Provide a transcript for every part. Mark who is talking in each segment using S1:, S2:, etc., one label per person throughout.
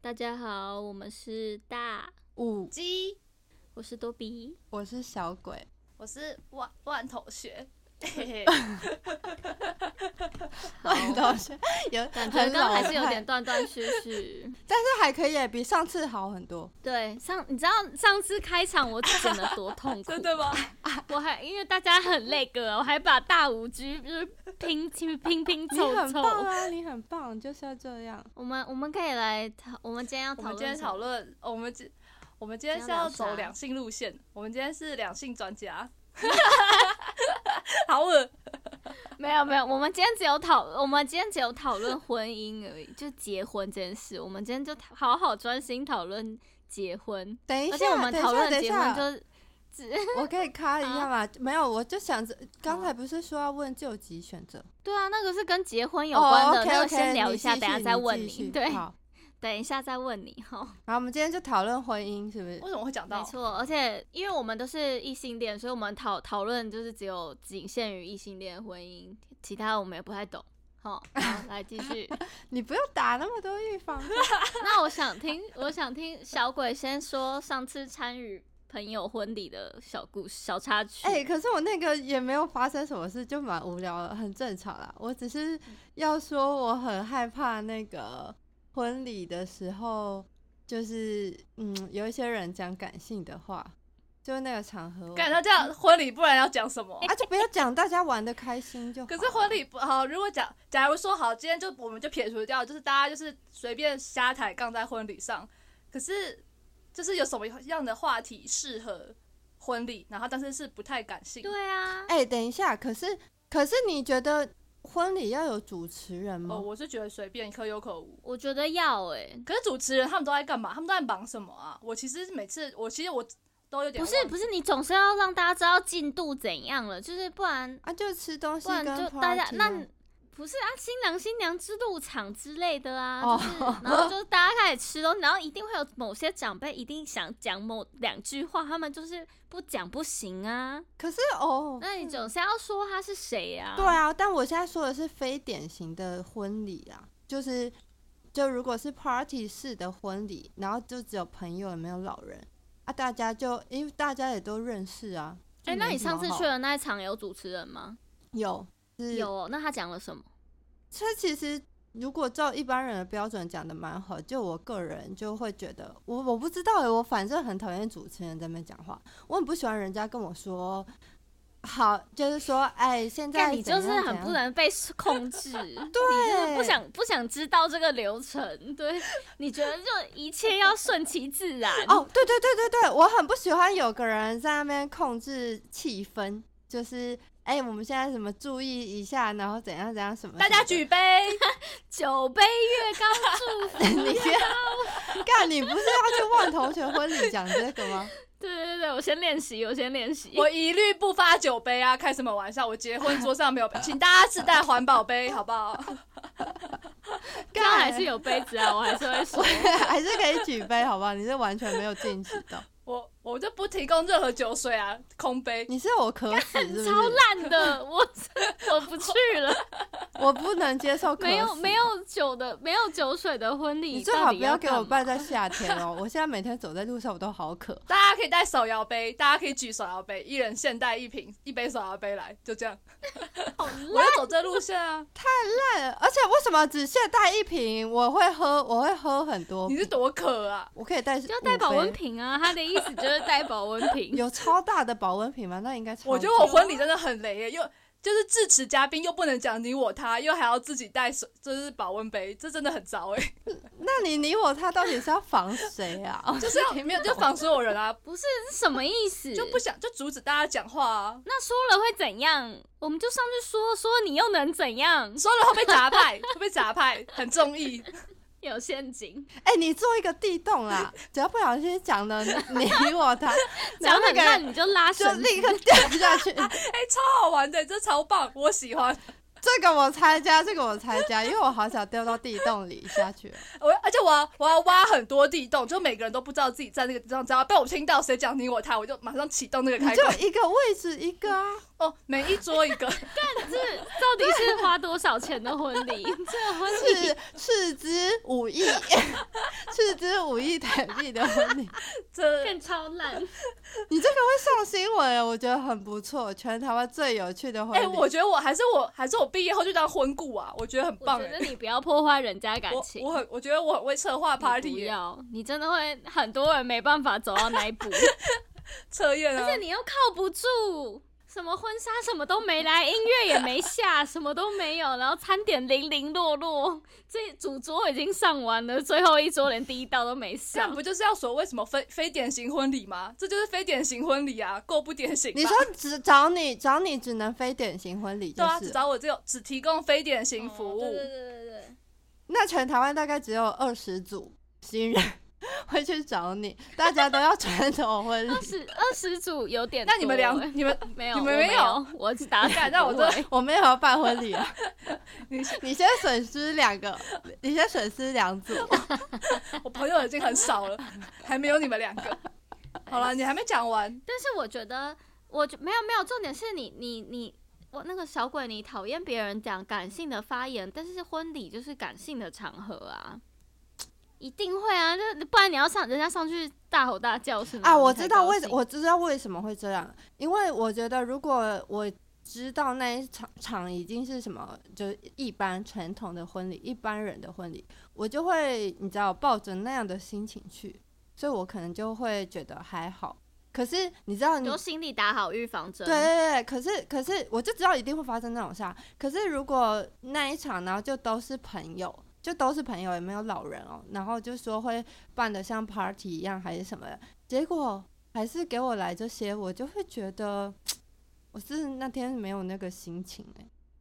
S1: 大家好，我们是大，
S2: 五，
S3: 鸡，
S1: 我是多比。
S2: 我是小鬼，
S3: 我是万万同学。 嘿嘿，
S2: 我都是有
S1: 感觉刚刚还是有，点
S2: 很老派
S1: 断断续续。
S2: 但是还可以，比上次好很多。
S1: 对，上你知道上次开场我剪的多痛苦，
S3: 真的吗？
S1: 我还因为大家很累个，我还把大五 G 就是拼拼拼拼
S2: 你
S1: 凑
S2: 很
S1: 凑。
S2: 棒啊，你很棒，就是要这样。
S1: 我们我们可以来讨，我们今天要
S3: 我
S1: 讨
S3: 们
S1: 论
S3: 今天
S1: 什么
S3: 讨论，我们今我们今天是要走两性路线，我们今天是两性专家。 好恶，
S1: 没有没有，我们今天只有讨，我们今天只有讨论婚姻而已，就结婚这件事。我们今天就好好专心讨论结婚，
S2: 等一
S1: 而且我
S2: 下，
S1: 们
S2: 等一
S1: 讨
S2: 下，
S1: 论
S2: 等一
S1: 结婚
S2: 下，
S1: 就啊
S2: 我可以咔一下吗？没有，我就想着刚
S1: 好
S2: 才不是说要问就级选择
S1: 对啊，那个是跟结婚有关的那
S2: 哦、o k
S1: 个
S2: o k
S1: 先聊一下，等一下再问
S2: 你
S1: 你。
S2: 继续。
S1: 对，
S2: 好，
S1: 等一下再问你哈。
S2: 然后我们今天就讨论婚姻，是不是
S3: 为？什么会讲
S1: 没
S3: 到？
S1: 错，而且因为我们都是异性恋，所以我们讨讨论就是只有仅限于异性恋婚姻，其他我们也不太懂。好，好，来继 续。
S2: 你不用打那么多预防针。
S1: 那我想听，我想听小鬼先说上次参与朋友婚礼的小故事、小插曲。
S2: 哎、可是我那个也没有发生什么事，就蛮无聊的，很正常啦。我只是
S3: 嗯
S2: 要说，我很害怕那个婚礼的时候，就是嗯，有一些人讲感性的话，就是那个场合我，
S3: 感觉这样婚礼，不然要讲什么？
S2: 啊，就不要讲，大家玩的开心就好。
S3: 可是婚礼不好，如果讲，假如说好，今天就我们就撇除掉，就是大家就是随便瞎抬杠在婚礼上。可是，就是有什么样的话题适合婚礼，然后但是是不太感性。
S1: 对啊，
S2: 哎、等一下，可是可是你觉得婚礼要有主持人吗？
S3: 哦，我是觉得随便可有可无。
S1: 我觉得要哎、
S3: 可是主持人他们都在干嘛？他们都在忙什么啊？我其实每次我其实我都有点
S1: 不是
S3: 忘
S1: 不是，你总是要让大家知道进度怎样了，就是不然
S2: 啊，就吃东西
S1: 不然
S2: 跟
S1: 就
S2: party
S1: 大家那
S2: 啊
S1: 不是啊，新郎新娘之入场之类的啊，
S2: 哦
S1: 就是然后就是大家开始吃咯，然后一定会有某些长辈一定想讲某两句话，他们就是不讲不行啊，
S2: 可是哦，
S1: 那你总是要说他是谁啊？
S2: 对啊，但我现在说的是非典型的婚礼啊，就是就如果是 party 式的婚礼，然后就只有朋友也没有老人啊，大家就因为大家也都认识啊。
S1: 哎、
S2: 就
S1: 那
S2: 没
S1: 你
S2: 什么
S1: 上次
S2: 好
S1: 去的那一场有主持人吗？
S2: 有是
S1: 有、哦，那他讲了什么？
S2: 这其实如果照一般人的标准讲的蛮好，就我个人就会觉得，我我不知道欸，我反正很讨厌主持人在那边讲话，我很不喜欢人家跟我说。好，就是说，哎，现在
S1: 但你
S2: 怎
S1: 就是
S2: 样
S1: 很
S2: 怎
S1: 不
S2: 样，
S1: 能被控 制，你真的不想不想知道这个流程，对，你觉得就一切要顺其自然。
S2: 哦，对对对对对，我很不喜欢有个人在那边控制气氛，就是哎、我们现在什么注意一下，然后怎样怎样什么什么的，
S3: 大家举杯，
S1: 酒杯月高祝福，
S2: 你不要
S1: 哦
S2: 干，你不是要去万同学婚礼讲这个吗？
S1: 对对对，我先练习，我先练习。
S3: 我一律不发酒杯啊！开什么玩笑？我结婚桌上没有杯， 请大家自带环保杯，好不好？
S1: 刚刚还是有杯子 啊，我还是会说。
S2: 还是可以举杯，好不好？你是完全没有禁止的，
S3: 我我就不提供任何酒水啊，空杯。
S2: 你是有渴死是不是？
S1: 超烂的，我 我不去了。
S2: 我不能接受渴死，
S1: 没有没。有酒的，没有酒水的婚礼，
S2: 你最好
S1: 到底
S2: 不
S1: 要
S2: 给我
S1: 干嘛
S2: 办在夏天哦！我现在每天走在路上，我都好渴。
S3: 大家可以带手摇杯，大家可以举手摇杯，一人现带一瓶一杯手摇杯来，就这样。
S1: 好
S3: 我
S1: 烂
S3: 要走这路线啊！
S2: 但而且为什么只限带一瓶？我会喝，我会喝很多
S3: 你
S2: 瓶。
S3: 是多渴啊！
S2: 我可以带，
S1: 就带保温。瓶啊，他的意思就是带保温瓶。
S2: 有超大的保温瓶吗？那应该超级。
S3: 我觉得我婚礼真的很雷耶，又就是致辞嘉宾又不能讲你我他，又还要自己带水，就是保温杯，这真的很 糟哎！
S2: 那你你我他到底是要防谁啊？
S3: 就是要没有就防所有人啊，
S1: 不是是什么意思？
S3: 就不想就阻止大家讲话啊，
S1: 那说了会怎样？我们就上去说说，你又能怎样？
S3: 说了会被 砸派，会被砸派，很中意。
S1: 有陷阱，
S2: 哎、你做一个地洞啦，只要不小心讲了你你我他，
S1: 讲
S2: 然后那
S1: 很
S2: 个
S1: 烂
S2: 人
S1: 你就拉
S2: 就
S1: 绳子。
S2: 立刻掉下去。
S3: 哎、超好玩的，这超棒，我喜欢。
S2: 这个我参加，这个我参加，因为我好想掉到地洞里 下去哦。
S3: 我而且我要我要挖很多地洞，就每个人都不知道自己在那个地洞，只要被我听到谁讲你我他，我就马上启动那个
S2: 你
S3: 开关。
S2: 就一个位置一个 啊，
S3: 哦，每一桌一
S1: 这
S3: 个，
S1: 到底是花多少钱的婚礼？ 这婚礼
S2: 斥斥资五亿， 斥资五亿台币的婚礼，
S3: 这
S1: 更超烂，
S2: 你这个会上新闻耶，我觉得很不错，全台湾最有趣的婚
S3: 哎、
S2: 礼。
S3: 我觉得我还是我还是我毕业后就当婚顾啊，我觉得很
S1: 我
S3: 棒
S1: 觉
S3: 哎、
S1: 得你不要破坏人家感
S3: 我
S1: 情。
S3: 我很我觉得我很会策划
S1: 你
S3: party，
S1: 不
S3: 耶、
S1: 要，你真的会很多人没办法走到那一 步，而
S3: 测验啊
S1: 且，你又靠不住，什么婚纱什么都没来，音乐也没下，什么都没有，然后餐点零零落落，这主桌已经上完了，最后一桌连第一道都没
S3: 这样
S1: 上
S3: 不。就是要所谓什么非非典型婚礼吗？这就是非典型婚礼啊，够不典型吧？
S2: 你说只找你找你只能非典型婚礼就
S3: 对啊，
S2: 是
S3: 只
S2: 了，
S3: 找我只有只提供非典型服务，
S1: 哦对对对对对，
S2: 那全台湾大概只有二十组新人 会去找你，大家都要传统婚礼
S1: 二。十二十组有点多
S3: 那
S1: 欸，
S3: 你们两你们
S1: 没有，
S3: 你
S1: 我
S3: 们
S1: 没
S3: 没
S1: 有，我只 打
S3: 敢
S1: 算
S3: 让我
S1: 对。
S2: 我没有要办婚礼啊，
S3: 你
S2: 你先损失两个，你先损失两组。
S3: 我朋友已经很少 了，还没有你们两个。好了，你还没讲完，
S1: 但是我觉得，我就没有没有，重点是你你你，我那个小鬼，你讨厌别人讲感性的发言，但是婚礼就是感性的场合啊，一定会啊，就不然你要上人家上去大吼大叫是吗？
S2: 啊，
S1: 你
S2: 我
S1: 才
S2: 知道
S1: 高
S2: 为
S1: 兴
S2: 我知道为什么会这样，因为我觉得如果我知道那一场场已经是什么，就是一般传统的婚礼，一般人的婚礼，我就会你知道抱着那样的心情去，所以我可能就会觉得还好。可是你知道
S1: 你
S2: 你
S1: 就心里打好预防针。
S2: 对对对，可是可是我就知道一定会发生那种事啊。可是如果那一场，然后就都是朋友，就都是朋友，也没有老人哦，然后就说会办的像 party 一样还是什么的，结果还是给我来这些，我就会觉得我是那天没有那个心情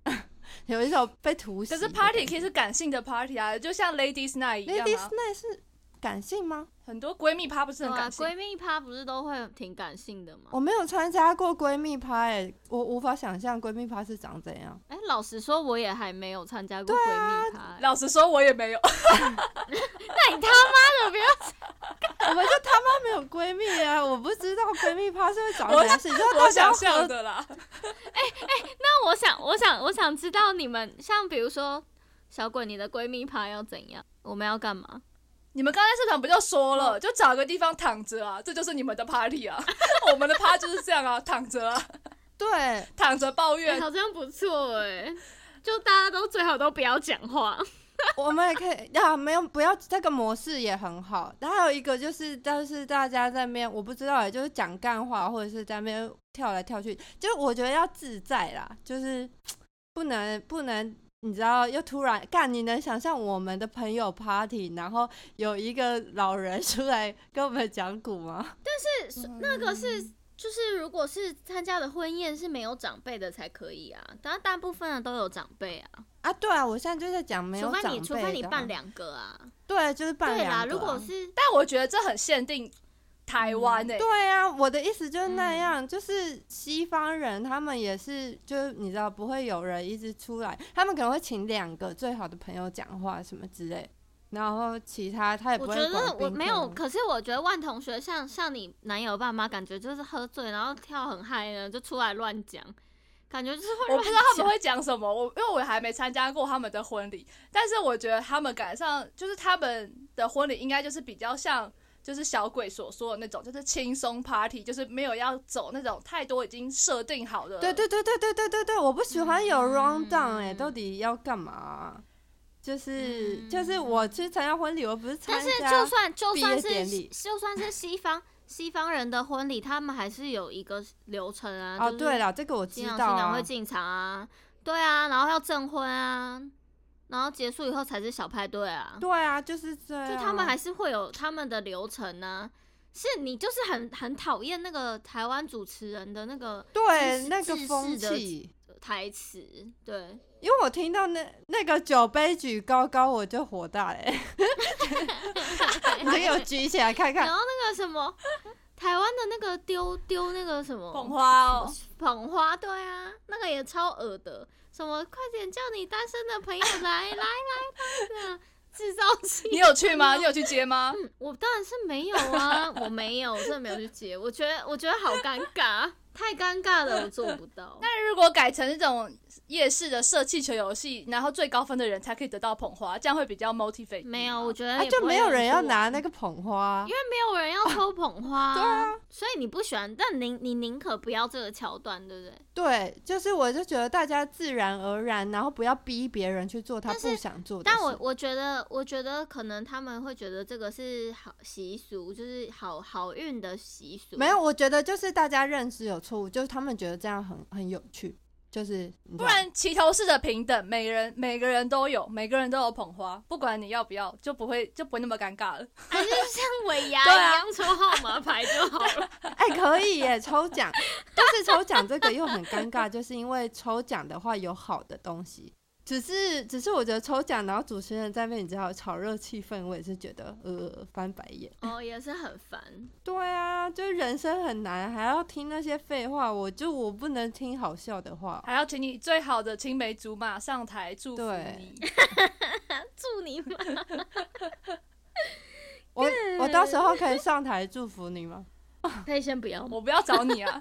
S2: 哎、 有一种被突袭
S3: 可
S2: 的感
S3: 是
S2: 觉。
S3: party 可以是感性的 party 啊，就像 ladies night 一样
S2: Ladies
S3: 啊。
S2: Night 是感性吗？
S3: 很多闺蜜趴不是
S1: 对
S3: 很
S1: 啊，
S3: 感性，
S1: 闺蜜趴不是都会挺感性的吗
S2: 我？没有参加过闺蜜趴哎、我无法想象闺蜜趴是长怎样。
S1: 哎、老实说，我也还没有参加过闺
S2: 啊
S1: 蜜趴、
S3: 老实说我 也没有。
S1: 那你他妈的不要
S2: 我们就他妈没有闺蜜啊！我不知道闺蜜趴是会长什么事，就是
S3: 我
S2: 大家
S3: 想
S2: 要
S3: 象
S2: 喝
S3: 的啦，
S1: 那我想，我想，我想知道你们，像比如说小鬼，你的闺蜜趴要怎样？我们要干嘛？
S3: 你们刚才社长不就说了，就找个地方躺着啊，这就是你们的 party 啊。 我们的趴就是这样啊，躺着啊，
S2: 对，啊
S3: 躺着抱怨
S1: 哎，好像不错哎、就大家都最好都不要讲话，
S2: 我们也可以啊，没有不要这个模式也很好。然后还有一个就是，但是大家在那边我不知道，欸也就是讲干话或者是在那边跳来跳去，就是我觉得要自在啦，就是不能不能。你知道，又突然干，你能想象我们的朋友 party，然后有一个老人出来跟我们讲古吗？
S1: 是 那个是就是如果是参加的婚宴是没有长辈的才可以啊，当然大部分的都有长辈啊，
S2: 啊，对啊，我现在就在讲没有
S1: 除非
S2: 长辈
S1: 你除非你
S2: 的啊
S1: 办两个啊，
S2: 对，就是办
S1: 对
S2: 两个啊、
S1: 啦，如果是
S3: 但我觉得这很限定台湾欸诶、
S2: 对啊，我的意思就是
S1: 嗯
S2: 那样，就是西方人他们也是，就是你知道不会有人一直出来，他们可能会请两个最好的朋友讲话什么之类，然后其他他也不
S1: 我
S2: 会
S1: 觉
S2: 管宾客。
S1: 得我没有，可是我觉得万同学像像你男友爸妈，感觉就是喝醉，然后跳很嗨呢，就出来乱讲，感觉就是会
S3: 我不知道他们
S1: 乱
S3: 会讲什么，我因为我还没参加过他们的婚礼，但是我觉得他们赶上，就是他们的婚礼应该就是比较像，就是小鬼所说的那种，就是轻松 party，就是没有要走那种太多已经设定好的。
S2: 对对对对对对对对，我不喜欢有 round down 哎、
S1: 嗯
S2: 到底要干嘛啊、就是、
S1: 嗯
S2: 就是我去参加婚礼，我不是参
S1: 但是
S2: 加，
S1: 就算就
S2: 毕
S1: 算
S2: 业典
S1: 是
S2: 礼
S1: 就算是西方西方人的婚礼，他们还是有一个流程啊。
S2: 哦，
S1: 就是
S2: 对了，这个我知
S1: 新郎
S2: 道
S1: 新娘
S2: 啊
S1: 会，进场啊，对啊，然后要证婚啊，然后结束以后才是小派对啊。
S2: 对啊，就是这样，
S1: 就他们还是会有他们的流程呢、是你就是很很讨厌那个台湾主持人的那个自
S2: 对
S1: 私
S2: 那个
S1: 自私
S2: 风
S1: 的
S2: 气。
S1: 台词， 对，
S2: 因为我听到那那个酒杯举高高，我就 火大嘞、欸，你有举起来看看
S1: 然。后那个什么，台湾的那个丢丢那个什么
S3: 捧花哦，
S1: 捧花，对啊，那个也超恶的，什么快点叫你单身的朋友来来来来，这样制造气。
S3: 你有去吗？你有去接吗？
S1: 嗯我当然是没有 啊，我没有，我真的没有去接，我觉得我觉得好尴尬，太尴尬了，我做不到。
S3: 那如果改成那种夜市的射气球游戏，然后最高分的人才可以得到捧花，这样会比较 motivate。
S1: 没有，我觉得
S2: 啊，
S1: 也不
S2: 就
S1: 会
S2: 没有人要
S1: 是我
S2: 拿那个捧花
S1: 因，为没有人要抽捧花、
S2: 对啊，
S1: 所以你不喜欢，但宁你宁可不要这个桥段，对不对？
S2: 对，就是我就觉得大家自然而然，然后不要逼别人去做他
S1: 但是
S2: 不想做的事。
S1: 但我我觉得，我觉得可能他们会觉得这个是好习俗，就是好好运的习俗。
S2: 没有，，我觉得就是大家认知有错误，就是他们觉得这样很很有趣，就是你知
S3: 不
S2: 道
S3: 然齐头式的平等，每人每个人都有，每个人都有捧花，不管你要不要，就不会就不会那么尴尬了。
S1: 还是像尾牙
S3: 对
S1: 一
S3: 啊
S1: 样抽号码牌就好 了。
S2: 哎、可以耶，抽奖，但是抽奖这个又很尴尬，就是因为抽奖的话有好的东西，只是只是我觉得抽奖，然后主持人在那边你知道炒热气氛，我也是觉得呃翻白眼。
S1: 哦，也是很烦。
S2: 对啊，就是人生很难，还要听那些废话，我就我不能听好笑的话。
S3: 还要请你最好的青梅竹马上台祝福你。
S1: 祝你们
S2: 我
S3: 嗯
S2: 我到时候可以上台祝福你吗？
S1: 可以先不要吗？
S3: 我不要找 你啊，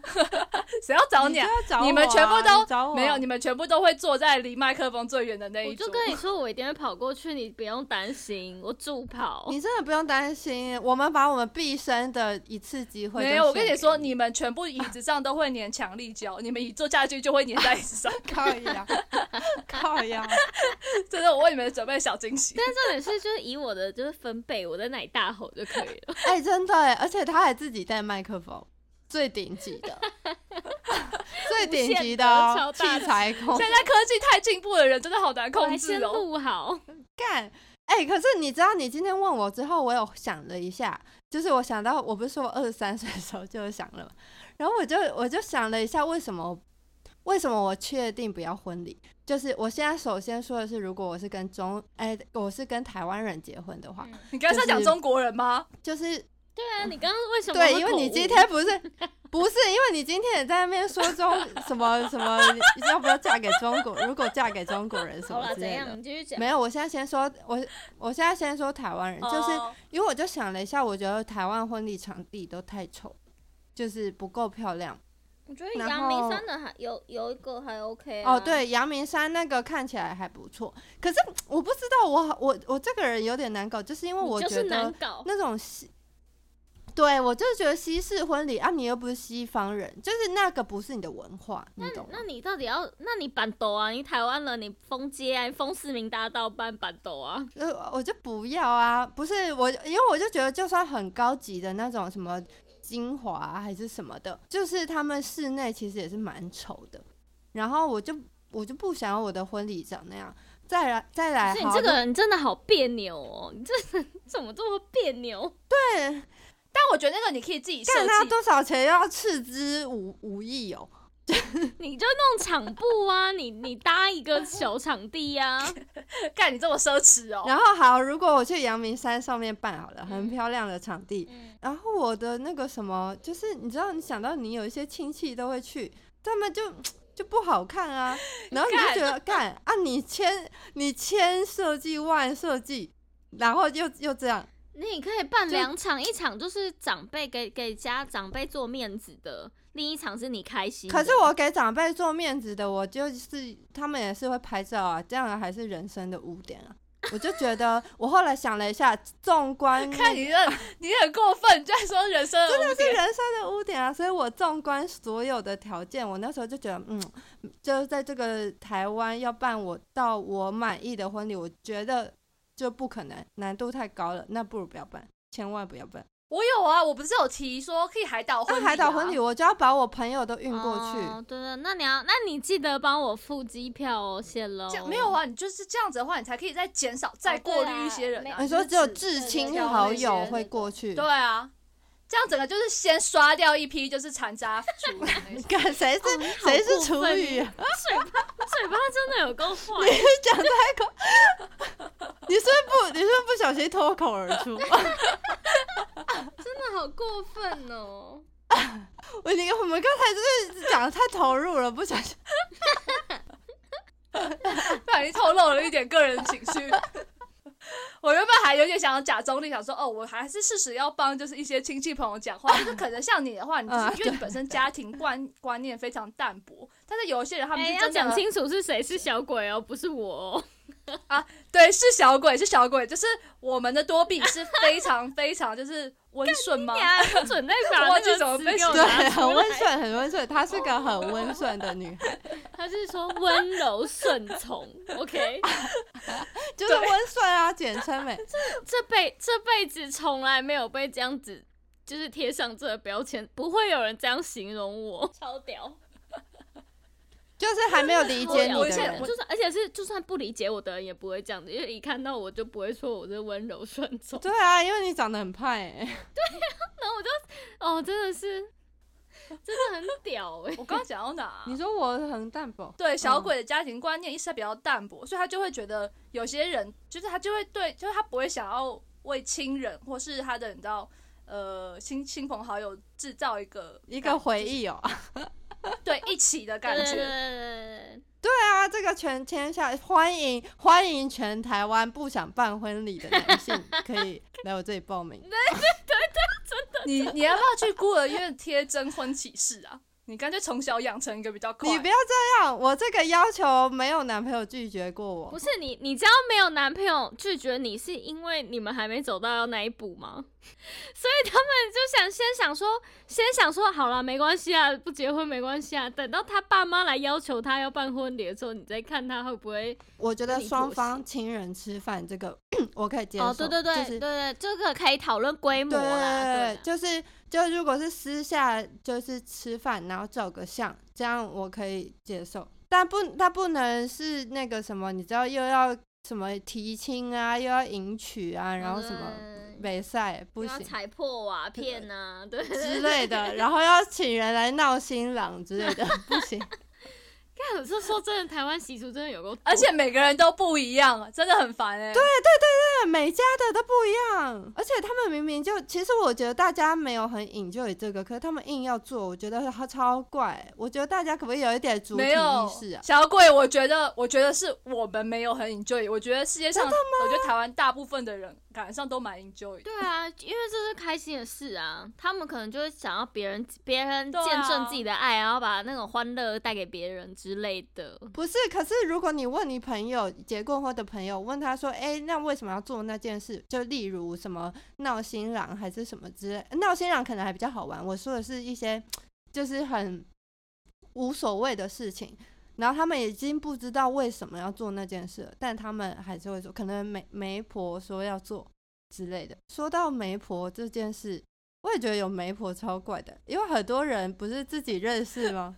S3: 谁要找你啊？
S2: 就要找
S3: 你们
S2: 我啊
S3: 全部都
S2: 你找我
S3: 没有，你们全部都会坐在离麦克风最远的那
S1: 我
S3: 一桌
S1: 就。跟你说，我一定会跑过去，你不用担心，我助跑。
S2: 你真的不用担心，我们把我们毕生的一次机会都
S3: 没有，我
S2: 献
S3: 跟你
S2: 给
S3: 说，你们全部椅子上都会粘强力胶，你们一坐下去就会粘在椅子上。
S2: 靠呀， 靠呀，
S3: 真的，我为你们准备小惊喜。
S2: 啊
S1: 但重点是，就是以我的就是分贝，我在哪里大吼就可以 了。
S2: 哎、真的哎，而且他还自己带麦克风，最顶 级的，最顶级的
S1: 无线
S2: 哦
S1: 的超
S2: 器
S1: 大的
S2: 材控
S3: 现在科技太进步的人真的好难
S1: 我还
S3: 控
S1: 先
S3: 制哦。
S1: 录好，
S2: 干。哎、可是你知道，你今天问我之后，我有想了一下，就是我想到，我不是说我二十三岁的时候就有想了嘛，然后我就我就想了一下，为什么为什么我确定不要婚礼？就是我现在首先说的是，如果我是跟中哎、我是跟台湾人结婚的
S1: 嗯
S2: 话，
S3: 你刚才是在讲中国人吗？
S2: 就是
S1: 对 啊，你刚刚为什么会
S2: 对，因为
S1: 口
S2: 你今
S1: 误
S2: 天不是不是，因为你今天也在那边说中什么什么，要不要嫁给中国？如果嫁给中国人什
S1: 好
S2: 么
S1: 了，怎
S2: 之类的
S1: 样？。你继续讲。
S2: 没有，我现在先说，我我现在先说台湾人，就是
S3: 哦
S2: 因为我就想了一下，我觉得台湾婚礼场地都太丑，就是不够漂亮。
S1: 我觉得
S2: 然
S1: 阳明
S2: 后
S1: 山的还有有一个还 OK、啊、
S2: 哦，，对，阳明山那个看起来还不错，可是我不知道，我我我这个人有点难搞，就是因为我
S1: 就
S2: 觉
S1: 是难
S2: 得
S1: 搞。
S2: 那种西，对我就是觉得西式婚礼啊，你又不是西方人，就是那个不是你的文化，你懂吗
S1: 那？你到底要？那你板斗啊？你台湾人，你封街啊？你封市民大道办板斗啊？
S2: 呃，我就不要啊，不是我，因为我就觉得就算很高级的那种什么精华啊、还是什么的，就是他们室内其实也是蛮丑的，然后我就我就不想要我的婚礼长那样。再来再来，
S1: 所以
S2: 好
S1: 你这
S2: 那
S1: 个人真的好别扭哦！你这人怎么这么别扭？
S2: 对，
S3: 但我觉得那个你可以自己设
S2: 看他
S3: 计。
S2: 多少钱要斥资五五亿哦。
S1: 你就弄场布啊，你你搭一个小场地啊，
S3: 干你这么奢侈哦！
S2: 然后好，如果我去阳明山上面办好了，很
S1: 嗯
S2: 漂亮的场地。
S1: 嗯
S2: 然后我的那个什么，就是你知道，你想到你有一些亲戚都会去，他们就就不好看啊。然后你就觉得干啊，你千你千设计万设计，然后又又这样，
S1: 你可以办
S2: 就
S1: 两场，一场就是长辈给给家长辈做面子的，另一场是你开心的。
S2: 可是我给长辈做面子的，我就是他们也是会拍照啊，这样还是人生的污点啊。我就觉得，我后来想了一下，纵观
S3: 看你这，你很过分，你居然说人生
S2: 真
S3: 的
S2: 的
S3: 污
S2: 是
S3: 点。
S2: 人生的污点啊！所以我纵观所有的条件，我那时候就觉得，嗯，就是在这个台湾要办我到我满意的婚礼，我觉得就不可能，难度太高了，那不如不要办，千万不要办。
S3: 我有啊，我不是有提说可以海岛婚
S2: 那
S3: 礼、啊，
S2: 哦海岛婚礼，我就要把我朋友都运过去。
S1: 哦、对对，那你要，那你记得帮我付机票哦，谢喽
S3: 这。样没有，啊，你就是这样子的话，你才可以再减
S2: 哦
S3: 少、再过滤一些人
S1: 对啊
S3: 啊。
S1: 没
S2: 你说只有
S1: 就是
S2: 至
S1: 指
S2: 亲
S1: 对
S2: 好
S1: 对对
S2: 友
S1: 对
S2: 会
S1: 对
S2: 过去，
S3: 对啊，这样整个就是先刷掉一批就是残渣厨余那
S2: 你
S3: 种。
S2: 看谁是
S1: 哦你好
S2: 谁是
S1: 过
S2: 厨
S1: 分
S2: 余啊？
S1: 嘴巴嘴巴真的有够 坏，
S2: 讲太快，你是不是不你是不是不小心脱口而出？
S1: 真的好过分哦！
S2: 我你我们刚才就是讲的太投入了，不小心
S3: 不小心透露了一点个人情绪。我原本还有点想要假中立，想说哦，我还是适时要帮就是一些亲戚朋友讲话，就是可能像你的话，你就是
S2: 嗯
S3: 因为你本身家庭观观念非常淡薄，但是有一些人他们
S1: 哎、
S3: 是
S1: 要
S3: 真的、
S1: 讲清楚是谁是小鬼哦，不是我、哦。
S3: 对，是小鬼，是小鬼，就是我们的多比是非常非常就是温顺吗？
S1: 呀，不啊准再把
S3: 啊我
S1: 那
S3: 忘记
S1: 个
S3: 怎么
S1: 词
S3: 被
S1: 给我
S3: 形
S1: 拿
S2: 对，
S1: 出来
S2: 啊很温顺，很温顺，她是个很温顺的女孩，
S1: 他是说温柔顺从，OK，
S2: 就是温顺啊，简称美。
S1: 这辈这辈子从来没有被这样子就是贴上这个标签，不会有人这样形容我，超屌，
S2: 就是还没有理解你
S1: 我
S3: 我
S2: 的
S3: 现在
S2: 人
S3: 我
S1: 就算而且是就算不理解我的人也不会这样子，因为一看到我就不会说我是温柔顺从，
S2: 对啊，因为你长得很胖哎、
S1: 然后我就哦真的是真的很屌哎、
S3: 我刚刚讲到哪啊、
S2: 你说我很淡薄，
S3: 对小
S2: 嗯
S3: 鬼的家庭观念意识还比较淡薄，所以他就会觉得有些人就是他就会对，就是他不会想要为亲人或是他的你知道呃亲亲朋好友制造一个
S2: 一
S1: 啊
S2: 个回忆哦。
S3: 对一起的感
S1: 对对对对
S3: 觉。
S1: 对
S2: 对啊，这个全天下欢迎欢迎全台湾不想办婚礼的男性可以来我这里 报名。
S3: 你你要不要去孤儿院贴征婚启事啊？你干脆从小养成一个比较快
S2: 你。不要这样，我这个要求没有男朋友拒绝过
S1: 不
S2: 我。
S1: 是你，你知道没有男朋友拒绝你，是因为你们还没走到那一步吗？ 所以他们就想先想说，先想说好了，没关系啊，不结婚没关系啊。等到他爸妈来要求他要办婚礼的时候，你再看他会不会。
S2: 我觉得
S1: 跟你妥
S2: 双
S1: 协
S2: 方亲人吃饭这个 我可以接受。
S1: 哦，对对对、
S2: 就
S1: 对
S2: 是
S1: 对，这个可以讨论规模
S2: 对啊
S1: 啦。对啦
S2: 就是就如果是私下就是吃饭，然后照个相，这样我可以接受。但不，但不能是那个什么，你知道又要什么提亲啊，又要迎娶啊，然后什么
S1: 嗯
S2: 美赛不
S1: 又要
S2: 行
S1: 踩破瓦片呐、啊， 对，
S2: 之类的，然后要请人来闹新郎之类的，不行。
S1: 看，有时候说真的，台湾习俗真的 有够多，
S3: 而且每个人都不一样，真的很烦哎、对，
S2: 对 每家的都不一样，而且他们明明就，其实我觉得大家没有很 enjoy 这个，可是他们硬要做，我觉得他超怪。我觉得大家可不可以有一点主体
S3: 没有
S2: 意识啊？
S3: 小鬼，我觉得我觉得是我们没有很 enjoy，我觉得世界上我觉得台湾大部分的人感觉上都蛮 enjoy 的。
S1: 对啊，因为这是开心的事啊，他们可能就会想要别人别人
S3: 对啊
S1: 见证自己的爱，然后把那种欢乐带给别人之类的。
S2: 不是，可是如果你问你朋友结过婚的朋友，问他说：“哎、那为什么要做那件事？”就例如什么闹新郎还是什么之类，闹新郎可能还比较好玩。我说的是一些就是很无所谓的事情，然后他们已经不知道为什么要做那件事了，但他们还是会说，可能媒媒婆说要做之类的。说到媒婆这件事，我也觉得有媒婆超怪的，因为很多人不是自己认识吗？。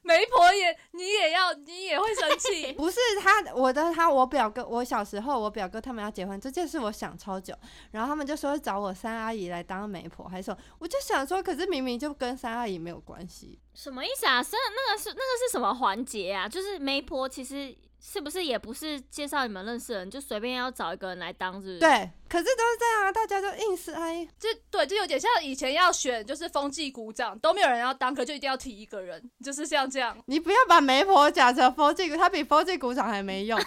S3: 媒婆也，你也要，你也会生 气
S2: 不是他，我的他，我表哥，我小时候我表哥他们要结婚这件事，我想超久，然后他们就说找我三阿姨来当媒婆，还说我就想说，可是明明就跟三阿姨没有关系，
S1: 什么意思啊？是那个是那个是什么环节啊？就是媒婆其实是不是也不是介绍你们认识的人，就随便要找一个人来当，是不是？，
S2: 对，可是都是这样啊，大家就硬是哎，
S3: 就对，就有点像以前要选，就是风纪股长都没有人要当，可就一定要提一个人，就是像这样。
S2: 你不要把媒婆讲成佛技，他比佛技鼓掌还没用，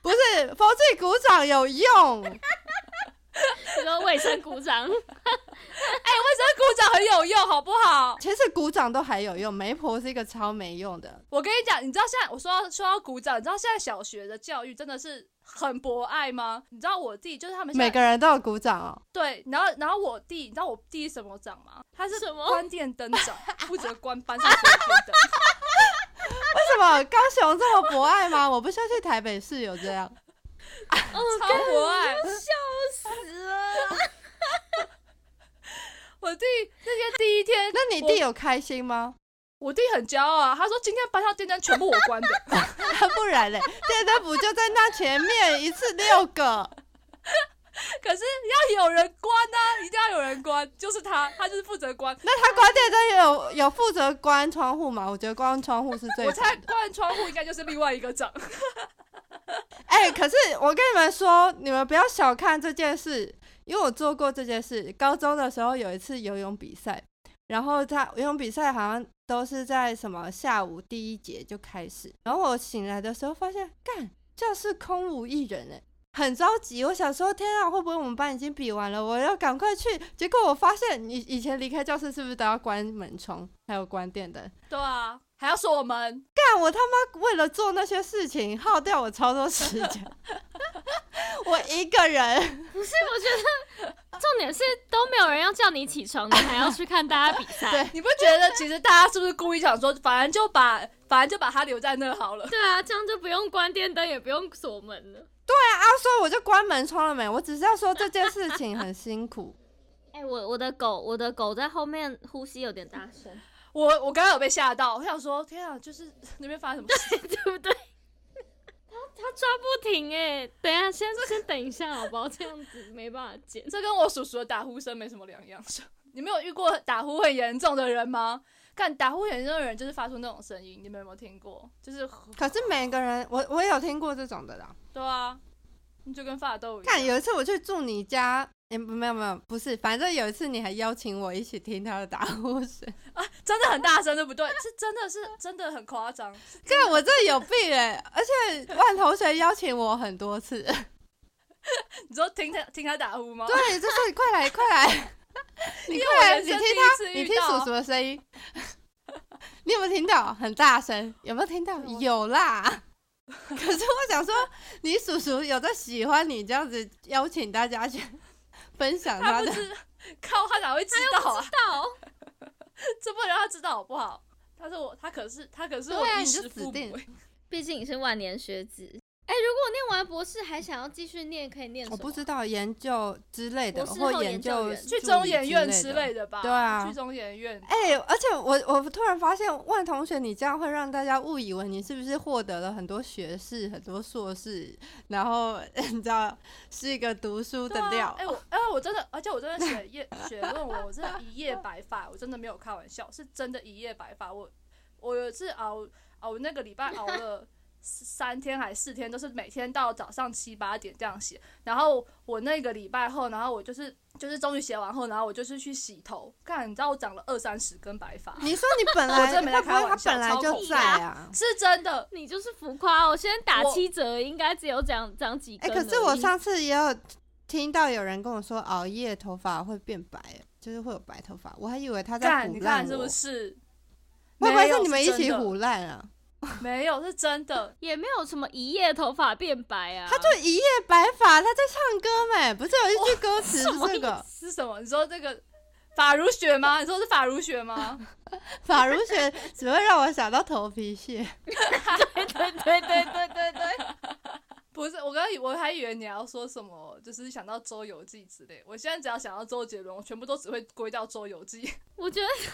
S2: 不是佛技鼓掌有用，
S1: 你说卫生鼓 掌，
S3: 那股长很有用，好不好？
S2: 其实鼓掌都还有用，媒婆是一个超没用的，
S3: 我跟你讲，你知道现在我说到说到鼓掌，你知道现在小学的教育真的是很博爱吗？你知道我弟就是他们现
S2: 每
S3: 在
S2: 个人都有鼓掌哦。
S3: 对，然后然后我弟，你知道我弟是什么长吗？他是
S1: 什么
S3: 关电灯长，负责关班上所有电灯。
S2: 为什么高雄这么博爱吗？我不相信台北市有这样。
S1: 哦，
S3: 超博爱。
S1: 干死了！
S3: 我弟那天第一天，
S2: 那你弟有开心吗？
S3: 我弟很骄傲啊，他说今天班上电灯全部我 关的。
S2: 不然 嘞，电灯不就在那前面，一次六个。
S3: 可是要有人关啊，一定要有人关，就是他，他就是负责关。
S2: 那他关电灯有有负责关窗户吗？我觉得关窗户是最
S3: 我
S2: 烦
S3: 猜
S2: 的。
S3: 关窗户应该就是另外一个长，
S2: 哎、可是我跟你们说，你们不要小看这件事。因为我做过这件事。高中的时候有一次游泳比赛，然后他游泳比赛好像都是在什么下午第一节就开始，然后我醒来的时候发现，干，教室空无一人哎、很着急。我想说，天啊，会不会我们班已经比完了？我要赶快去。结果我发现，你以前离开教室是不是都要关门窗，还有关电灯？
S3: 对啊，还要锁门，
S2: 干我他妈为了做那些事情，耗掉我超多时间。 我一个人，
S1: 不是，我觉得重点是都没有人要叫你起床，你还要去看大家比赛。
S2: 对
S3: 你不觉得其实大家是不是故意想说，反正就把反正就把他留在那好了？
S1: 对啊，这样就不用关电灯，也不用锁门了。
S2: 他说啊我就关门窗了没？我只是要说这件事情很辛苦。
S1: 哎、我我的狗，我的狗在后面呼吸有点大 声，
S3: 我我刚刚有被吓到，我想说天啊，就是那边发生什么事？
S1: 对不对？ 它它抓不停哎、等一下，先先等一下好不好？这样子没办法剪。
S3: 这跟我叔叔的打呼声没什么两样。 你们有遇过打呼很严重的人吗？看打呼很严重的人就是发出那种声音，你们有没有听过？就是
S2: 可是每个人，我我也有听过这种的啦。
S3: 对啊，你就跟发豆一样。
S2: 看有一次我去住你家，哎、没有没有，不是，反正有一次你还邀请我一起听他的打呼声。
S3: 真的很大声，对不对？是真的是真的很夸张。
S2: 看我这有病哎、而且万同学邀请我很多 次，
S3: 你说听他听他打呼吗？
S2: 对，就说你快来快来， 你快来，你
S3: 因
S2: 听
S3: 为我人生
S2: 他，
S3: 第
S2: 你听
S3: 一次遇到啊
S2: 叔叔的声音， 你有没有听到？很大声，有没有听到？
S3: 我
S2: 有啦。 可是我想说，你叔叔有在喜欢你这样子邀请大家去 分享
S3: 他
S2: 他
S3: 不
S2: 的，
S3: 知靠他哪会知道啊？
S1: 到
S3: 这不能让他知道好不好？他是我，他可是他可是我
S2: 对啊
S3: 衣
S2: 你就
S3: 食
S2: 死
S3: 父
S2: 定
S3: 母
S2: 了
S3: 欸。
S1: 毕竟你是万年学子。哎、如果念完博士还想要继续念，可以念什
S2: 我
S1: 么？
S2: 哦不知道研究之类的，
S1: 博士
S2: 或
S1: 后
S2: 研
S1: 研究
S2: 究
S1: 员
S2: 助
S3: 去
S2: 理
S3: 中研院
S2: 之
S3: 之
S2: 类的。
S3: 类的吧？
S2: 对啊
S3: 去中研院。
S2: 哎、而且我我突然发现，万同学，你这样会让大家误以为你是不是获得了很多学士、很多硕士，然后 你知道是一个读书
S3: 对
S2: 的
S3: 啊
S2: 料。
S3: 哎、我哎、我真的，而且我真的写夜 写论文，我真的一夜白发，我真的没有开玩笑，是真的一夜白发。我我有一次熬熬那个礼拜熬了三天还四天，都是每天到早上七八点这样写。然后我那个礼拜后，然后我就是就是终于写完后，然后我就是去洗头，看你知道我长了二三十根白发，
S2: 你说你本
S3: 我
S2: 来
S3: 真的没在
S2: 会不
S3: 开
S2: 会他
S3: 玩笑
S2: 本来
S3: 超
S2: 就
S3: 恐怖
S2: 在 啊？
S3: 是真的。
S1: 你就是浮夸、哦我先打
S3: 我
S1: 七折，应该只有长长几
S2: 哎、
S1: 根而已。
S2: 可是我上次也有听到有人跟我说，熬夜头发会变白，就是会有白头发，我还以为他在
S3: 看，
S2: 胡
S3: 你
S2: 烂
S3: 看是
S2: 我
S3: 不，是？
S2: 会不会
S3: 没有
S2: 是你们一
S3: 真
S2: 起
S3: 的
S2: 胡烂啊？
S3: 没有，是真的。
S1: 也没有什么一夜头发变白啊。
S2: 他就一夜白发，他在唱歌没？不是有一句歌词是这个？
S3: 是什么？你说这个法如雪吗？你说是法如雪吗？
S2: 法如雪只会让我想到头皮屑。
S1: 对对对对对对对，
S3: 不是，我刚以我还以为你要说什么，就是想到《周游记》之类。我现在只要想到周杰伦，我全部都只会归到《周游记》。
S1: 我觉得他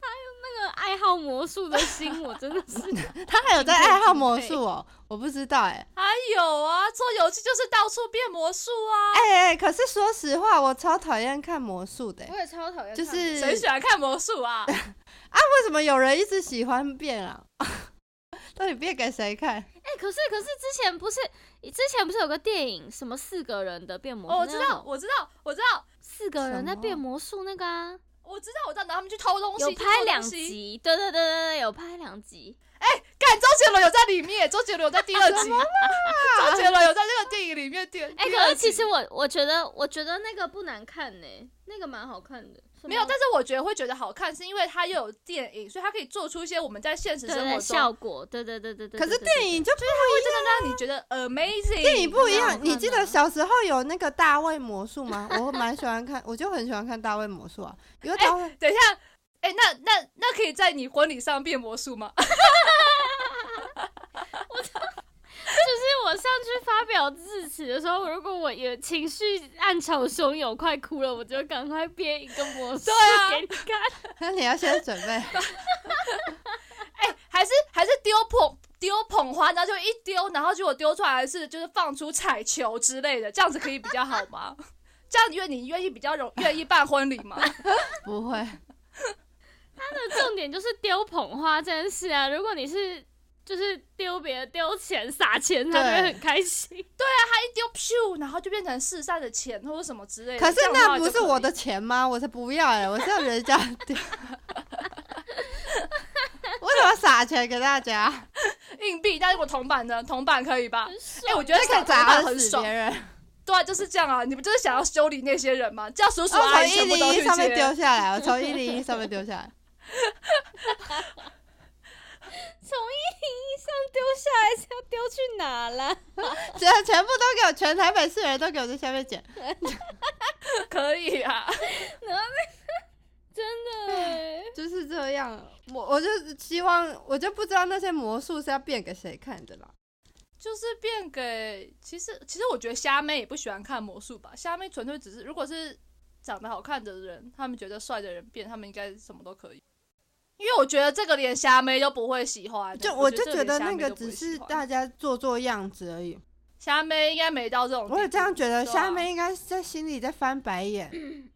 S1: 他有那个爱好魔术的心，我真的是
S2: 他还有在爱好魔术哦，我不知道哎、
S3: 还有啊，《周游记》就是到处变魔术啊。
S2: 哎、哎、可是说实话，我超讨厌看魔术的、哎
S1: 也超讨厌
S2: 就
S1: 看
S2: 是
S3: 谁喜欢看魔术啊？
S2: 为什么有人一直喜欢变啊？ 到底变给谁看？
S1: 哎、可是可是之前不是之前不是有个电影什么四个人的变魔术？
S3: 哦，我知
S1: 那叫什，
S3: 道
S1: 么
S3: 我知道，我知道，
S1: 四个人在
S2: 什么
S1: 变魔术那个啊，
S3: 我知道，我知道。然后他们去偷东西，
S1: 有
S3: 去偷
S1: 拍两
S3: 东西。
S1: 集，对对对对对，有拍两集。
S3: 干，周杰伦有在里面，周杰伦有在第 二集，周杰伦有在这个电影里面。第
S1: 哎、
S3: 第
S1: 可
S3: 二
S1: 是其
S3: 集
S1: 实我我觉得我觉得那个不难看呢、那个蛮好看的。什么
S3: 没有，但是我觉得会觉得好看，是因为它又有电影，所以它可以做出一些我们在现实
S1: 对
S3: 生
S1: 对
S3: 活
S1: 对
S3: 中
S1: 效果，对对对对对。
S2: 可是
S1: 对对
S2: 电影就不
S3: 会真的让你觉得 amazing。
S2: 电影不一
S1: 那
S2: 样
S1: 好。看
S2: 你记得
S1: 吗
S2: 小时候有那个大卫魔术吗？ 我蛮喜欢看，我就很喜欢看大卫魔术啊，因为大卫、
S3: 等一下，哎、那那那可以在你婚礼上变魔术吗？
S1: 就是我上去发表致辞的时候，如果我有情绪暗潮汹涌，快哭了，我就赶快编一个魔术
S3: 对啊
S1: 给你看。
S2: 那你要先准 备。
S3: 哎、还是还是丢捧丢捧花，然后就一丢，然后结果丢出来的是就是放出彩球之类的，这样子可以比较好吗？ 这样愿你愿意比较容愿意办婚礼吗？哎
S2: 不会，
S1: 重点就是丢捧花这件事啊！如果你是就是丢别人丢钱撒钱，他就会
S2: 对
S1: 很开 心。
S3: 他一丢咻，然后就变成世散的钱或者什么之类的。
S2: 可是
S3: 这样的话
S2: 那
S3: 就
S2: 不是
S3: 可以
S2: 我的钱吗？我才不要哎、我是要人家 丢。我怎么撒钱给大家？
S3: 硬币，但是我铜板呢？铜板可以吧？
S1: 很
S2: 啊
S3: 哎、
S1: 爽
S3: 我觉得
S2: 可
S3: 撒
S2: 以
S3: 铜板
S2: 砸
S3: 很
S2: 死
S3: 爽
S2: 别。人，
S3: 对啊，就是这样啊！你们就是想要修理那些人嘛？叫叔叔
S2: 我
S3: 阿
S2: 哦从
S3: 姨全
S2: 一
S3: 部都
S2: 零
S3: 去
S2: 一上面
S3: 接
S2: 丢。下来，我从一零一上面丢下来。
S1: 从一零一上丢下来是要丢去哪啦？
S2: 全全部都给我，全台北市人都给我在下面捡。
S3: 可以啊，
S1: 真的欸，
S2: 就是这样。啊我我就希望，我就不知道那些魔术是要变给谁看的啦。
S3: 就是变给其实其实我觉得虾妹也不喜欢看魔术吧，虾妹纯粹只是如果是长得好看的人，他们觉得帅的人变，他们应该什么都可以。因为我觉得这个连虾妹都不会喜欢，
S2: 就
S3: 我
S2: 我就觉得
S3: 这连虾
S2: 那
S3: 妹
S2: 个
S3: 都不
S2: 只
S3: 会
S2: 是
S3: 喜欢
S2: 大家做做样子而已。
S3: 虾妹应该没到这种地步。
S2: 我也这样觉得，
S3: 对啊
S2: 虾妹应该是在心里在翻白 眼，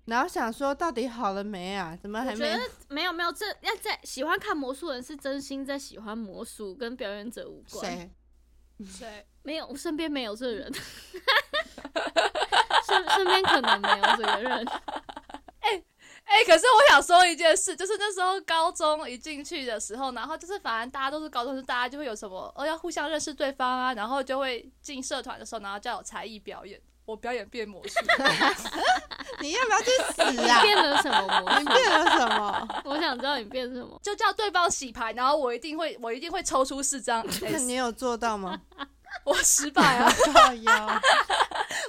S2: 然后想说到底好了没啊？怎么还
S1: 我觉
S2: 没
S1: 得？没有没有，这要在喜欢看魔术的人是真心在喜欢魔术，跟表演者无关。
S2: 谁？
S3: 谁？
S1: 没有，我身边没有这人， 身身边可能没有这个人。
S3: 哎、可是我想说一件事，就是那时候高中一进去的时候，然后就是反正大家都是高中生，大家就会有什么哦要互相认识对方啊，然后就会进社团的时候，然后叫有才艺表演，我表演变魔 术，
S2: 你要不要去死
S1: 你
S2: 啊？
S1: 变了什么魔
S2: 你
S1: 术？
S2: 变了什么？
S1: 我想知道你变什么。
S3: 就叫对方洗牌，然后我一定会我一定会抽出 四张
S2: 那你
S3: S，
S2: 有做到 吗？
S3: 我失败啊，
S2: 靠腰。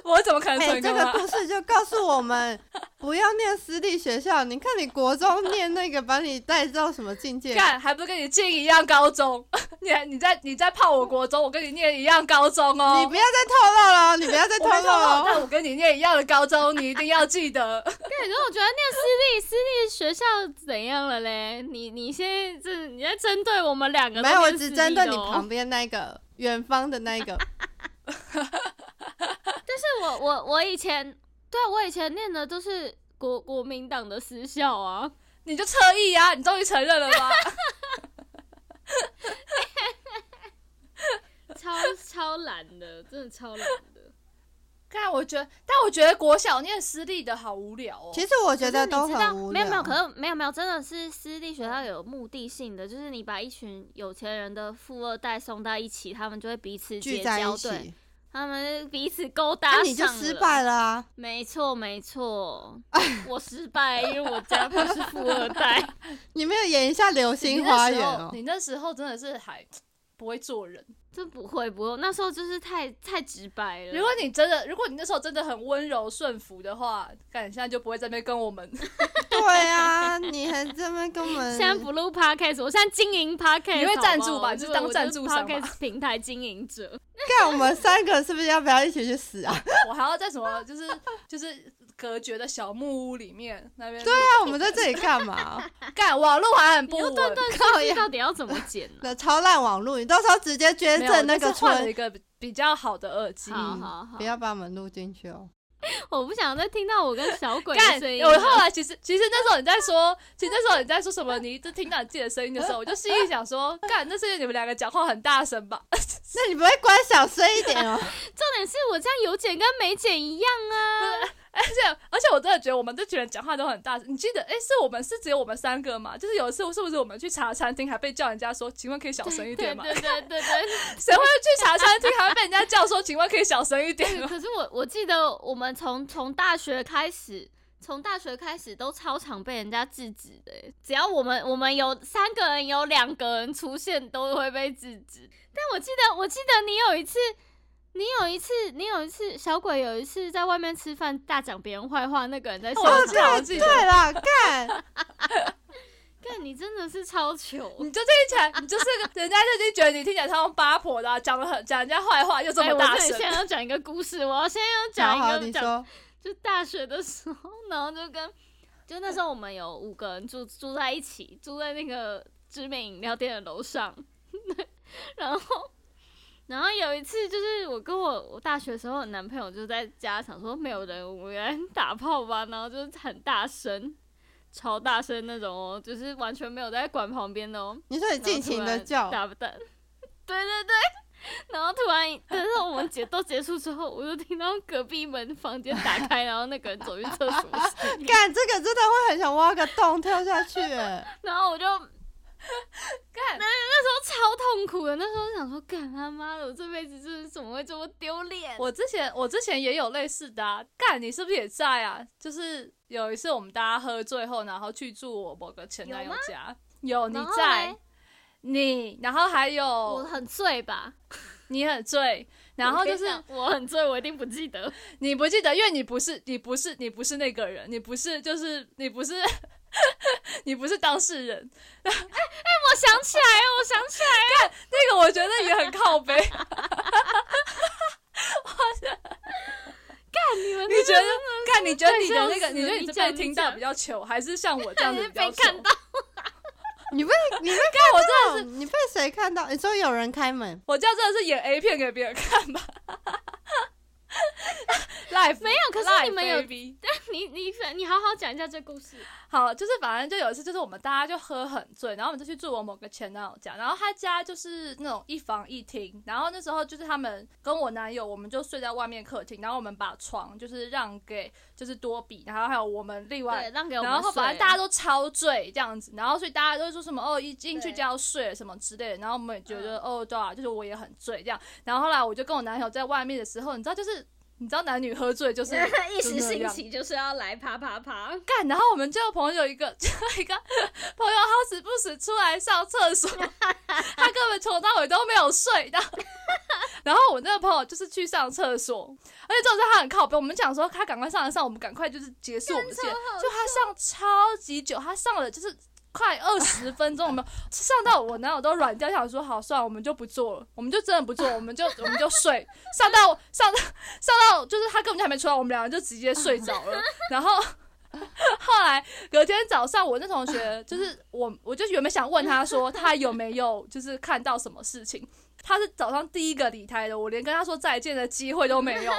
S3: 我怎么可能
S2: 哎、
S3: 成
S2: 这
S3: 功
S2: 个
S3: 啊？
S2: 故事就告诉我们，不要念私立学校。你看你国中念那个，把你带到什么境界？
S3: 干还不跟你进一样高中？ 你还你在你在泡我国中，我跟你念一样高中哦。
S2: 你不要再透露了哦，你不要再透
S3: 我没
S2: 露
S3: 泡
S2: 了
S3: 泡，
S2: 哦。
S3: 但我跟你念一样的高中，你一定要记得。
S1: 对，可是我觉得念私立私立学校怎样了嘞？你你现在这你在针对我们两个都
S2: 没
S1: 念
S2: 有，我
S1: 私立的哦？
S2: 只针对你旁边那个远方的那一个。
S1: 是我我我以前对啊我以前念的都是国国民党的私校啊，
S3: 你就侧翼啊，你终于承认了吧？
S1: 超 超懒的，真的超懒的。
S3: 看，我觉得，但我觉得国小念私立的好无聊哦。
S2: 其实我觉得都很无聊。
S1: 没有没有，可是没有没有，真的是私立学校有目的性的，就是你把一群有钱人的富二代送到一起，他们就会彼此
S2: 聚
S1: 结
S2: 在一
S1: 交，对，
S2: 起，
S1: 他们彼此勾搭上
S2: 那你就失败了啊！
S1: 没错，没 错，我失败，因为我家不是富二代。
S2: 你没有演一下《流
S3: 你
S2: 星花
S3: 那
S2: 园
S3: 时》
S2: 哦
S3: 候，。你那时候真的是还不会做人。
S1: 真不会，不会，那时候就是太太直白了。
S3: 如果你真的，如果你那时候真的很温柔顺服的话，看你现在就不会在那边跟我们，
S2: 对啊，你还这么跟我
S1: 现在
S2: 们。
S1: 不录 podcast，我现在经营 podcast，
S3: 你会赞助吧
S1: 好不好
S3: 你是当赞助
S1: 我就是
S3: 商吧
S1: podcast 平台经营 者，
S2: 看我们三个是不是要不要一起去死啊？
S3: 我还要在什么就是就是隔绝的小木屋里面那边。
S2: 对啊啊，我们在这里干嘛？
S3: 干网络还很不
S1: 你又
S3: 稳。
S1: 断断续
S2: 靠
S1: 续，
S2: 呀
S1: 到底要怎么剪 呢、
S2: 那超烂网路，你到时候直接捐
S3: 没有，
S2: 赠那
S3: 就
S2: 个
S3: 是换了
S2: 村
S3: 一，个比比较好的耳机。
S1: 好好好
S2: 不，要把我们录进去哦。
S1: 我不想再听到我跟小鬼
S3: 干
S1: 的声！音
S3: 我后
S1: 了。
S3: 来其实其实那时候你在说，其实那时候你在说什么？你一直听到你自己的声音的时候，我就心里想说，干，那是因为你们两个讲话很大声吧？
S2: 那你不会关小声一点哦？
S1: 重点是我这样有剪跟没剪一样啊，
S3: 而且而且我真的觉得我们这群人讲话都很大声。你记得，哎、是我们是只有我们三个嘛？就是有一次是不是我们去茶餐厅还被叫人家说，请问可以小声一
S1: 对
S3: 点吗？
S1: 对对对对。
S3: 谁会去茶餐厅还会被人家叫说，请问可以小声一点
S1: 对
S3: 吗？
S1: 可是我我记得我们从从大学开始，从大学开始都超常被人家制止的欸。只要我们我们有三个人，有两个人出现，都会被制止。但我记得我记得你有一次。你有一次，你有一次，小鬼有一次在外面吃饭大讲别人坏话，那个人在笑
S3: 我
S1: 你
S3: 记得，我记得。
S2: 哦对啦，干，
S1: 干你真的是超糗。
S3: 你就听起来，你就是个人家就已经觉得你听起来超像八婆的啊、讲的很讲人家坏话又这
S1: 哎
S3: 么
S1: 我
S3: 大
S1: 这里
S3: 声。
S1: 现在要讲一个故事，我要先要讲
S2: 好好，
S1: 一
S2: 你
S1: 个讲
S2: 说，
S1: 就大学的时候，然后就跟就那时候我们有五个人住住在一起，住在那个知名饮料店的楼上， 然后。然后有一次，就是我跟我我大学时候的男朋友就在家想说没有人，我们来打炮吧，然后就是很大声，超大声那种哦，就是完全没有在管旁边的哦。
S2: 你说你
S1: 然后
S2: 尽情
S1: 突
S2: 的
S1: 然
S2: 叫，
S1: 打不打？ 对对对。然后突然，等到我们结都结束之后，我就听到隔壁门房间打 开，然后那个人走进厕所的 声音，
S2: 干这个真的会很想挖个洞跳下去、 欸，
S1: 然后我就
S3: 干，
S1: 那时候超痛苦的。那时候想说，干他妈的，我这辈子就是怎么会这么丢脸？
S3: 我之前我之前也有类似的、啊，干你是不是也在啊？就是有一次我们大家喝醉后，然后去住我某个前男友家，有你
S1: 然后
S3: 在
S1: 嘞，
S3: 你，然后还
S1: 我
S3: 有
S1: 很醉吧？
S3: 你很醉，然后就是
S1: 我跟你讲我很醉， 我一定不记得。
S3: 你不记得，因为你不是你不是你不是那个人，你不是就是你不是 你不是当事人，
S1: 我想起来了，我想起来了，
S3: 那个我觉得也很靠 背。
S1: 你们
S3: 你
S1: 这
S3: 觉得
S1: 个？
S3: 看，你觉得你的
S1: 笑
S3: 那个，
S1: 死
S3: 你觉得你
S1: 你
S3: 是
S1: 讲
S3: 被
S1: 你
S3: 听到
S1: 讲
S3: 比较糗，还是像我这样
S1: 你
S3: 子
S1: 是
S3: 比较
S1: 被
S3: 糗？
S1: 看到，
S2: 你被你被
S3: 看我真的
S2: 看
S3: 是，
S2: 到，你被谁看到？你说有人开门，
S3: 我这样真的是演 A 片给别人看吧。Life
S1: 没有可是
S3: life,
S1: 你们有
S3: baby
S1: 你你你好好讲一下这故事。
S3: 好，就是反正就有一次，就是我们大家就喝很醉，然后我们就去住我某个前男友家，然后他家就是那种一房一厅，然后那时候就是他们跟我男友，我们就睡在外面客厅，然后我们把床就是让给就是多比，然后还有我们另外
S1: 对，让给我们睡。
S3: 然后反正大家都超醉这样子，然后所以大家都说什么哦，一进去
S1: 对嗯
S3: 就要睡什么之类的，然后我们也觉得、哦，对啊，就是我也很醉这样。然后后来我就跟我男友在外面的时候，你知道就是你知道男女喝 醉就是
S1: 一时
S3: 就那
S1: 兴
S3: 样
S1: 起就是要来啪啪啪，
S3: 干，然后我们就有朋友一个 就一个朋友，好死不死出来上厕所，他根本从头到尾都没有睡到。然后我那个朋友就是去上厕所，而且这种是他很靠背，我们想说他赶快上一上，我们赶快就是结束我们的线，就他上超级久，他上了就是。快二十分钟，我们上到我男友都软掉，想说好算了，我们就不做了，我们就真的不做，我们就我们就睡，上到上到上到就是他根本就还没出来，我们两个就直接睡着了，然后 后来隔天早上，我那同学就是我，我就原本想问他说他有没有就是看到什么事情，他是早上第一个离开的，我连跟他说再见的机会都没有。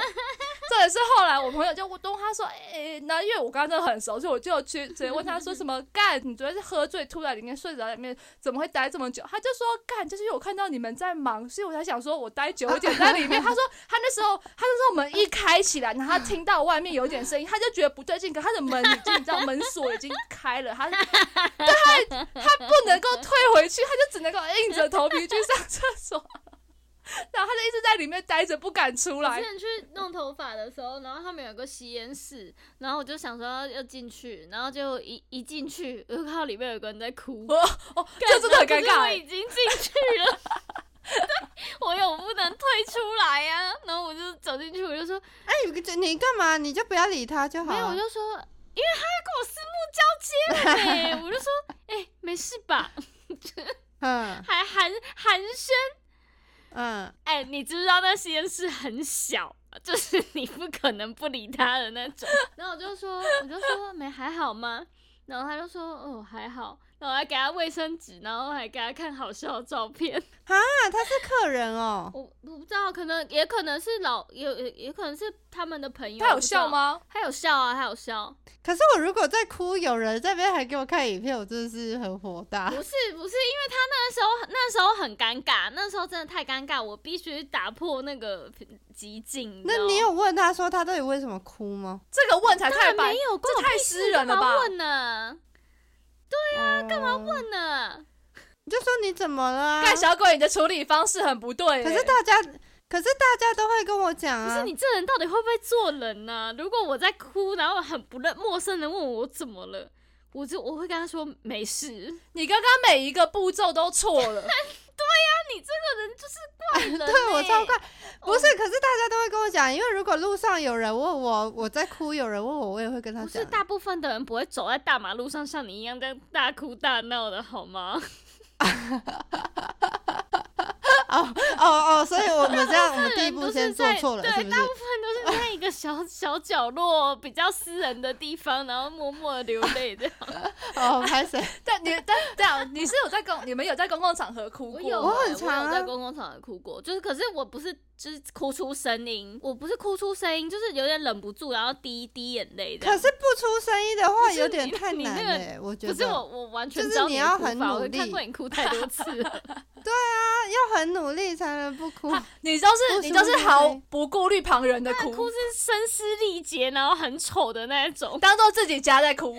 S3: 这也是后来我朋友就问他说，诶、那因为我跟他真的很熟，所以我就去直接问他说什么 干，你昨天是喝醉吐在里面睡着在里面，怎么会待这么久？他就说干，就是因为我看到你们在忙，所以我才想说我待久一点在里面。他说他那时候，他那时候门一开起来，然后他听到外面有一点声音，他就觉得不对劲，可他的门已经你知道门锁已经开了，他 对他他不能够退回去，他就只能够硬着头皮去上厕所。 然后他就一直在里面待着，不敢出
S1: 我
S3: 来
S1: 之。前去弄头发的时候，然后他们有个吸烟室，然后我就想说要进去，然后就一一进去，我就看到里面有个人在 哭，
S3: 我哦，这真的很尴
S1: 干然后可是我
S3: 尬
S1: 已
S3: 欸。
S1: 经进去了， 对我又不能退出来呀、然后我就走进去，我就说
S2: 哎、你你你干嘛？你就不要理他就好
S1: 没有，
S2: 了。
S1: 我就说，因为他要跟我四目 交接了呢，我就说，哎、没事吧？
S2: 嗯
S1: 还寒寒暄。
S2: 嗯，
S1: 哎、你知不知道那实验室很小， 就是你不可能不理他的那种。 然后我就说，我就说没还好吗？然后他就说，哦还好。然后我还给他卫生纸，然后还给他看好笑的照片。
S2: 啊，他是客人哦。
S1: 我我不知道，可能也可能是老，也也也可能是他们的朋友。
S3: 他有笑？吗？
S1: 他有笑啊，他有笑。
S2: 可是我如果在哭，有人在那边还给我看影片，我真的是很火
S3: 啊
S2: 大。
S1: 不是不是，因为他那时候那时候很尴尬，那时候真的太尴尬，我必须打破那个极境。
S2: 那
S1: 知道
S2: 你
S1: 吗
S2: 有问他说他到底为什么哭吗？
S3: 这个问才
S1: 当
S3: 太
S1: 然
S3: 白
S1: 没，有，关
S3: 这
S1: 我
S3: 太
S1: 屁
S3: 私
S1: 事
S3: 人了
S1: 干嘛
S3: 吧
S1: 问呢？
S2: 对啊，干嘛问？
S1: 问
S2: 啊
S1: 呢？
S2: 你就说你怎么了啊？
S3: 干小鬼，你的处理方式很不对欸。
S2: 可是大家，可是大家都会跟我讲
S1: 不
S2: 啊
S1: 是。你这人到底会不会做人呢、如果我在哭，然后很不认陌生人问我我怎么了，我就我会跟他说没事。那
S3: 你刚刚每一个步骤都错了，
S1: 你这个人就是怪人、欸。
S2: 对我超怪，不是，
S1: 哦
S2: 可是大家都会跟我讲，因为如果路上有人问我我在哭，有人问我，我也会跟他
S1: 不
S2: 讲
S1: 是。大部分的人不会走在大马路上像你一样这样大哭大闹的好 吗？
S2: 哦哦，所以我们 这样，
S1: 大部
S2: 我们
S1: 分
S2: 第一
S1: 人
S2: 步
S1: 都
S2: 先
S1: 是
S2: 做
S1: 在
S2: 错了，
S1: 对
S2: 是不是？
S1: 大部分都是在一个小小角落比较私人的地方，然后默默地流泪 这样。
S2: 哦，拍 谁？
S3: 但你但这样，你是有在公，你们有在公共场合哭
S1: 我
S3: 过？
S1: 有、欸，
S2: 我
S1: 我
S2: 很常
S1: 有
S2: 啊
S1: 在公共场合哭过，就是可是我不是就是哭出声音，我不是哭出声音，就是有点忍不住，然后滴一滴眼泪这
S2: 可
S1: 样。
S2: 是不出声音的话，
S1: 是
S2: 有点
S1: 你
S2: 太
S1: 你
S2: 难
S1: 那个
S2: 了，我觉
S1: 不是
S2: 得。
S1: 我，我完全
S2: 就是
S1: 知道
S2: 你
S1: 的
S2: 要
S1: 哭
S2: 很
S1: 法，
S2: 努
S1: 我看
S2: 力
S1: 过你哭太多次了。
S2: 啊要很努力才能不哭。
S3: 你都是
S2: 不是
S3: 你都是
S2: 不是
S3: 毫不顾虑旁人的哭，
S1: 哭是声嘶力竭，然后很丑的那一种，
S3: 当做自己家在哭。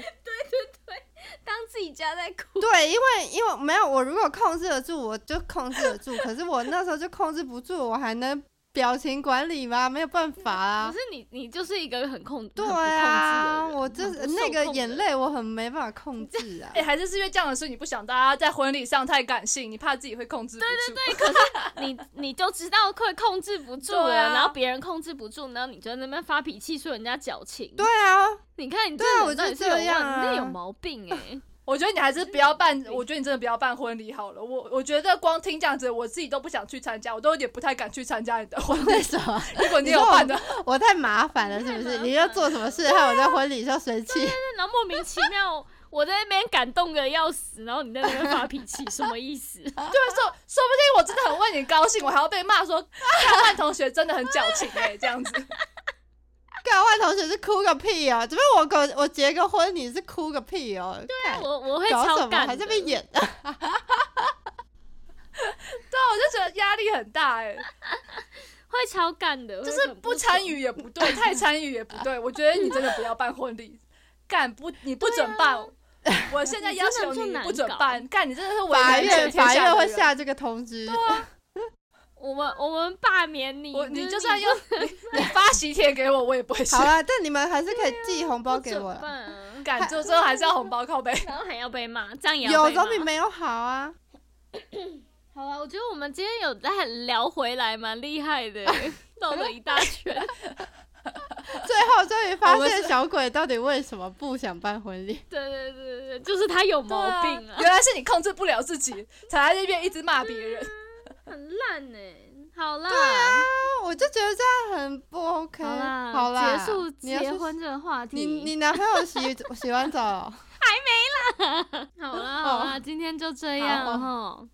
S1: 当自己家在哭。
S2: 对，因为因为没有我，如果控制得住，我就控制得住。可是我那时候就控制不住，我还能表情管理吗？没有办法
S1: 可
S2: 啊
S1: 是。你，你就是一个很控，
S2: 对
S1: 很
S2: 啊，
S1: 不控
S2: 我
S1: 制的人
S2: 就是
S1: 很不受
S2: 那个
S1: 控
S2: 眼
S1: 的人
S2: 泪，我很没办法控制啊
S3: 哎、。还是是因为这样的事，你不想大家在婚礼上太感性，你怕自己会控制不住。对对对，
S1: 你你就知道快控制不住了，
S3: 对啊
S1: 然后别人控制不住，然后你就在那边发脾气说人家矫情。
S2: 对，啊，
S1: 你看你这
S2: 对啊
S1: 人
S2: 我就
S1: 到底是
S2: 这
S1: 有问
S2: 样啊
S1: 你那有毛病哎、
S3: 我觉得你还是不要办，
S2: 嗯
S3: 我觉得你真的不要办婚礼好了。我我觉得光听这样子，我自己都不想去参加，我都有点不太敢去参加你的婚
S2: 为
S3: 礼。
S2: 什么？
S3: 如果你
S2: 你
S3: 有
S2: 说我
S3: 办的，
S2: 我太麻烦了，是不
S1: 太麻
S2: 是？
S1: 烦啊
S2: 你要做什么事，害我在婚礼上生气？
S1: 然后莫名其妙，我在那边感动的要死，然后你在那边发脾气，什么意思？
S3: 对，说说不定我真的很为你高兴，我还要被骂说看万同学真的很矫情哎、这 样子。
S2: 干万同学是哭个屁哦！怎么我搞我结个婚，你是哭个屁哦？对
S1: 我啊我会
S2: 搞什
S1: 超
S2: 么
S1: 干的，
S2: 还在被演？
S3: 对啊，我就觉得压力很大哎、
S1: 会超干的，会
S3: 就是
S1: 很
S3: 不
S1: 不
S3: 参
S1: 与。
S3: 与也不对，太参与也不对。我觉得你真的不要办婚礼，干不你不准办，
S2: 啊
S3: 我现在要求
S1: 你真的就
S3: 你
S1: 难
S3: 不准
S1: 搞
S3: 办，干你真的是为
S2: 法
S3: 难
S2: 院
S3: 全天
S2: 法
S3: 下
S2: 院
S3: 的
S2: 会
S3: 人。
S2: 下这个通知，
S1: 啊我们我们罢免你，
S3: 我你就
S1: 就是
S3: 算用你你发喜帖给我，我也不会去
S2: 好。啦，但你们还是可以寄红包给我
S1: 了，
S2: 啦。
S1: 办啊
S3: 干就最后还是要红包靠背。
S1: 然后还要被骂，这样也要
S2: 有
S1: 被骂
S2: 总比没有好啊！
S1: 好啊了，我觉得我们今天有在聊回来，蛮厉害的欸，绕了一大圈。
S2: 最后终于发
S3: 我们
S2: 现
S3: 是
S2: 小鬼到底为什么不想办婚礼。
S1: 对对对对，对就是他有毛病
S3: 对
S1: 啊，
S3: 原来是你控制不了自己，才在那边一直骂别人。
S1: 很烂呢、欸好啦，
S2: 啊，我就觉得这样很不啊 OK。
S1: 好啦，
S2: 好啦，
S1: 结束
S2: 你要
S1: 结
S2: 是
S1: 婚这个话题。
S2: 你你男朋友洗 洗完澡哦、
S1: 好啦好啦，今天就这样
S2: 好
S1: 哈。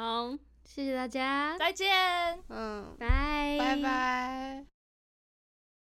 S1: 好，谢谢大家，
S3: 再见。
S2: 嗯，
S1: 拜
S2: 拜拜。